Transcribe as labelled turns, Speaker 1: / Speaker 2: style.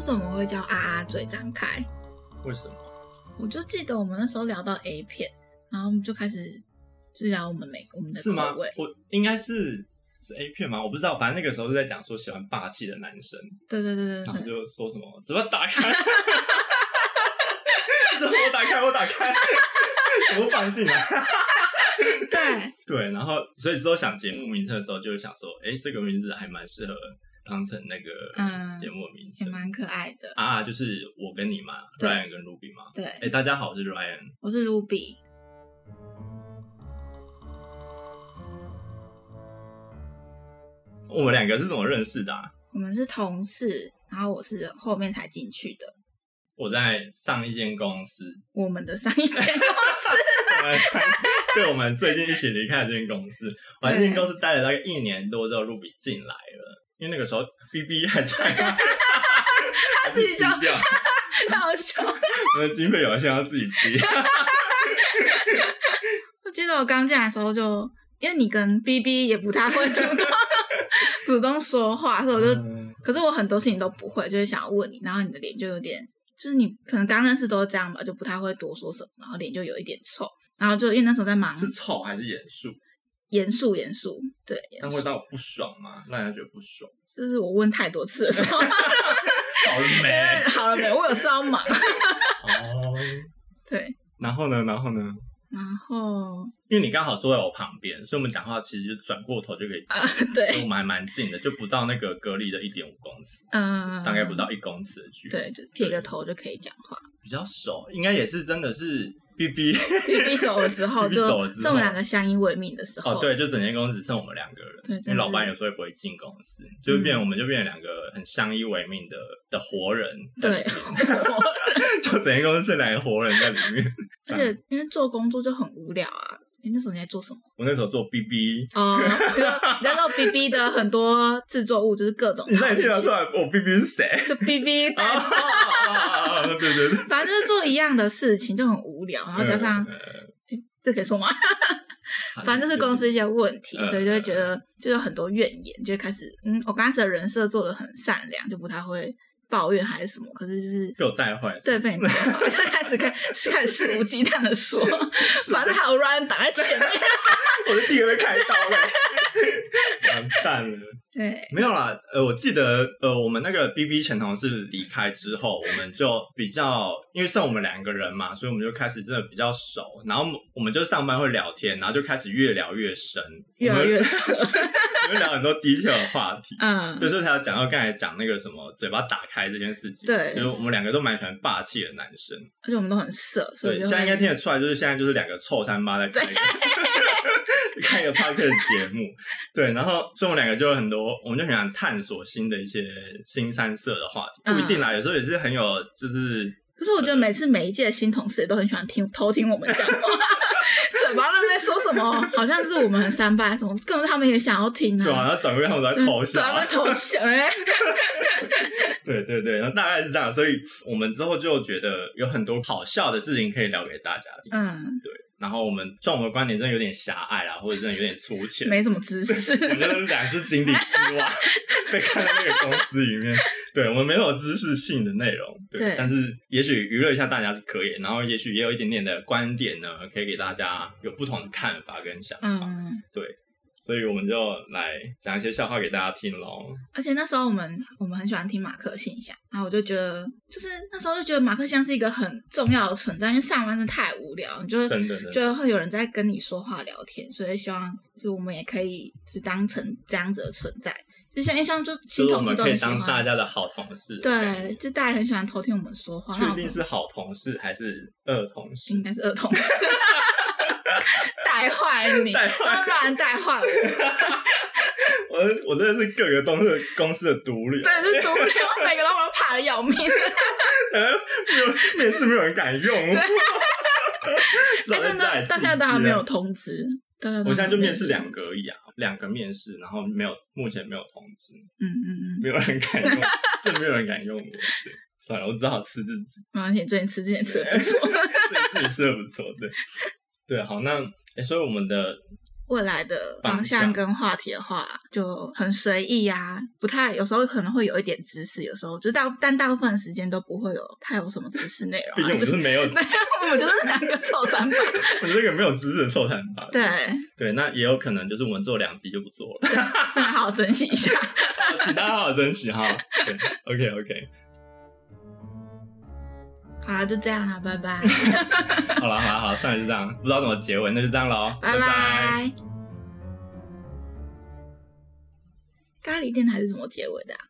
Speaker 1: 什么会叫啊啊嘴张开？
Speaker 2: 为什么？
Speaker 1: 我就记得我们那时候聊到 A 片，然后我们就开始治疗我们每我们的
Speaker 2: 是吗？
Speaker 1: 口味。
Speaker 2: 我应该是是 A 片吗？我不知道，反正那个时候是在讲说喜欢霸气的男生，
Speaker 1: 对对对
Speaker 2: 然后
Speaker 1: 对对，
Speaker 2: 就说什么怎么打开， 怎么我打开我打开， 怎么放进来？
Speaker 1: 对
Speaker 2: 对，然后所以之后想节目名称的时候，就会想说，哎，这个名字还蛮适合当成那个
Speaker 1: 嗯
Speaker 2: 节目的名
Speaker 1: 也
Speaker 2: 称。
Speaker 1: 蛮可爱的。
Speaker 2: 啊，就是我跟你嘛
Speaker 1: 对
Speaker 2: ，Ryan 跟 Ruby 嘛。
Speaker 1: 对，
Speaker 2: 哎，大家好，我是 Ryan。
Speaker 1: 我是 Ruby。
Speaker 2: 我们两个是怎么认识的、啊？
Speaker 1: 我们是同事，然后我是后面才进去的。
Speaker 2: 我在上一间公司，
Speaker 1: 我们的上一间公 司，
Speaker 2: 我们 对，我们最近一起离开了这间公司。我在这间公司待了大概一年多之后，Ruby 进来了，因为那个时候 BB 还在嘛，他
Speaker 1: 自己笑
Speaker 2: 掉，
Speaker 1: 好笑。
Speaker 2: 我们的经费有限，要自己逼。
Speaker 1: 我记得我刚进来的时候就，因为你跟 BB 也不太会主动 主动说话，所以我就，
Speaker 2: 嗯
Speaker 1: 可是我很多事情都不会，就是想要问你，然后你的脸就有点，就是你可能刚认识都是这样吧，就不太会多说什么，然后脸就有一点臭，然后就因为那时候在忙，
Speaker 2: 是丑还是严肃？
Speaker 1: 严肃严肃，对，
Speaker 2: 但会到不爽吗？让人家觉得不爽。
Speaker 1: 就是我问太多 次的时候，
Speaker 2: 好美
Speaker 1: 好了没？我有事要忙，
Speaker 2: 哦。
Speaker 1: 对，
Speaker 2: 然后呢？然后呢？
Speaker 1: 然后
Speaker 2: 因为你刚好坐在我旁边，所以我们讲话其实就转过头就可以
Speaker 1: 哎
Speaker 2: 讲，所以
Speaker 1: 对，
Speaker 2: 我们还蛮近的，就不到那个隔离的一点五公尺，
Speaker 1: 嗯、
Speaker 2: 大概不到一公尺的距离。
Speaker 1: 对，就撇个头就可以讲话。
Speaker 2: 比较熟，应该也是真的是 B B
Speaker 1: BB 走了之 后，
Speaker 2: BB
Speaker 1: 就
Speaker 2: 走了之后
Speaker 1: 剩我们两个相依为命的时候，
Speaker 2: 哦，对，就整间公司只剩我们两个人，
Speaker 1: 对
Speaker 2: 因为
Speaker 1: 真的
Speaker 2: 老板
Speaker 1: 是
Speaker 2: 有时候也不会进公司，就变、我们就变成两个很相依为命的的活人，
Speaker 1: 对，
Speaker 2: 就整间公司剩两个活人在里面。
Speaker 1: 而且因为做工作就很无聊啊。你那时候你在做什么？
Speaker 2: 我那时候做 B B，
Speaker 1: 哦， 你在做 BB 的很多制作物，就是各种
Speaker 2: 你那
Speaker 1: 套
Speaker 2: 也听得
Speaker 1: 进
Speaker 2: 出来我 B B 是谁？
Speaker 1: 去就 BB
Speaker 2: 哦
Speaker 1: 带，
Speaker 2: 哦哦哦对对对，
Speaker 1: 反正就是做一样的事情，就很无聊。然后加上
Speaker 2: 嗯
Speaker 1: 这可以说 吗？反正就是公司一些问题，
Speaker 2: 嗯
Speaker 1: 所以就会觉得就有很多怨言，就会开始嗯，我刚开始的人设做的很善良，就不太会抱怨还是什么，可是就是
Speaker 2: 被我带坏，
Speaker 1: 对，被你打到，就开始看开始肆无忌惮的 说， 反正还有 Ryan 挡在前面。
Speaker 2: 我的地位被开刀了，完蛋了。
Speaker 1: 对，
Speaker 2: 没有啦，呃，我记得，呃，我们那个 B B 前同事离开 之后，我们就比较，因为剩我们两个人嘛，所以我们就开始真的比较熟，然后我们我们就上班会聊天，然后就开始越聊越深，
Speaker 1: 越来
Speaker 2: 我
Speaker 1: 越色。
Speaker 2: 们 我们聊很多 detail 的话题。
Speaker 1: 嗯，
Speaker 2: 就是他讲到刚才讲那个什么嘴巴打开这件事情，
Speaker 1: 对
Speaker 2: 就是我们两个都蛮喜欢霸气的男生，
Speaker 1: 而且我们都很色，所
Speaker 2: 对，
Speaker 1: 以就会
Speaker 2: 现在应该听得出来，就是现在就是两个臭三八在开一个开一个 p o d c a s 节目，对，然后所以我们两个就有很多，我们就很想探索新的一些新三色的话题，不一定
Speaker 1: 嗯
Speaker 2: 啦，有时候也是很有就是。
Speaker 1: 可是我觉得每次每一届的新同事也都很喜欢听偷听我们 讲话，嘴巴那边说什么，好像是我们很三八什么，根本他们也想要听
Speaker 2: 对啊，
Speaker 1: 啊。
Speaker 2: 然后转过去他们都在
Speaker 1: 对
Speaker 2: 偷笑
Speaker 1: 对，他
Speaker 2: 啊
Speaker 1: 们，投降哎，
Speaker 2: 对对对，然后大概是这样，所以我们之后就觉得有很多好笑的事情可以聊给大家听。
Speaker 1: 嗯，
Speaker 2: 然后我们虽然我们的观点真的有点狭隘啦，或者真的有点粗 浅，
Speaker 1: 没什么知 识，
Speaker 2: 我们就是两只井底 之蛙，被看到那个公司里面。对我们没有知识性的内容，对，
Speaker 1: 对
Speaker 2: 但是也许娱乐一下大家是可以，然后也许也有一点点的观点呢，可以给大家有不同的看法跟想法。
Speaker 1: 嗯。
Speaker 2: 所以我们就来讲一些笑话给大家听喽。
Speaker 1: 而且那时候我们我们很喜欢听马克信箱，然后我就觉得，就是那时候就觉得马克箱是一个很重要的存在，因为上班真的太无聊，你就
Speaker 2: 真的真的
Speaker 1: 觉得会有人在跟你说话聊天，所以希望就是我们也可以就当成这样子的存在，就像因为像就
Speaker 2: 就
Speaker 1: 新
Speaker 2: 是我
Speaker 1: 同事
Speaker 2: 们
Speaker 1: 都
Speaker 2: 可以
Speaker 1: 很喜
Speaker 2: 当大
Speaker 1: 欢，
Speaker 2: 家的好同事，哎
Speaker 1: 对，，就大家很喜欢偷听我们说话，那
Speaker 2: 确
Speaker 1: 我们
Speaker 2: 定是好同事还是恶同事
Speaker 1: 应？该是儿童事， 带坏你，
Speaker 2: 带坏
Speaker 1: 要不然带坏我，
Speaker 2: 我我真的是各个公司公司的毒 瘤，
Speaker 1: 对，是毒瘤，每个老板都怕的要命。
Speaker 2: 呃，没有面试没有人敢用， 只
Speaker 1: 哎、
Speaker 2: 好在
Speaker 1: 真
Speaker 2: 家里
Speaker 1: 的，
Speaker 2: 自
Speaker 1: 大
Speaker 2: 己
Speaker 1: 家都还
Speaker 2: 吃
Speaker 1: 没
Speaker 2: 啊
Speaker 1: 有通知，大家都还没有
Speaker 2: 我现在就面试两
Speaker 1: 通
Speaker 2: 个
Speaker 1: 知
Speaker 2: 而已啊，两个面试，然后没有，目前没有通知，
Speaker 1: 嗯嗯嗯，
Speaker 2: 没有人敢用，真的没有人敢用我。对，算了，我只好吃自己，
Speaker 1: 没关系，你最近吃之前吃的不错。
Speaker 2: 对自己吃的不错，对，对，好，那、诶所以我们的
Speaker 1: 未来的
Speaker 2: 方
Speaker 1: 方
Speaker 2: 向
Speaker 1: 向跟话题的话，就很随意啊，不太有时候可能会有一点知识，有时候就大但大部分的时间都不会有太有什么知识内容、啊，
Speaker 2: 毕竟我们
Speaker 1: 就是
Speaker 2: 没有，
Speaker 1: 对，我们就是两个臭三宝，
Speaker 2: 我们是一个没有知识的臭谈吧。
Speaker 1: 对，
Speaker 2: 对，那也有可能就是我们做两集就不做了。
Speaker 1: 真的好好珍惜一下。
Speaker 2: 请大家好好珍惜哈。对，OK OK，
Speaker 1: 好啦，就这样啦，拜 拜，
Speaker 2: 好了好了好啦，上来就这样，不知道怎么结尾，那就这样喽，
Speaker 1: 拜
Speaker 2: 拜。
Speaker 1: 咖喱电台是怎么结尾的、啊？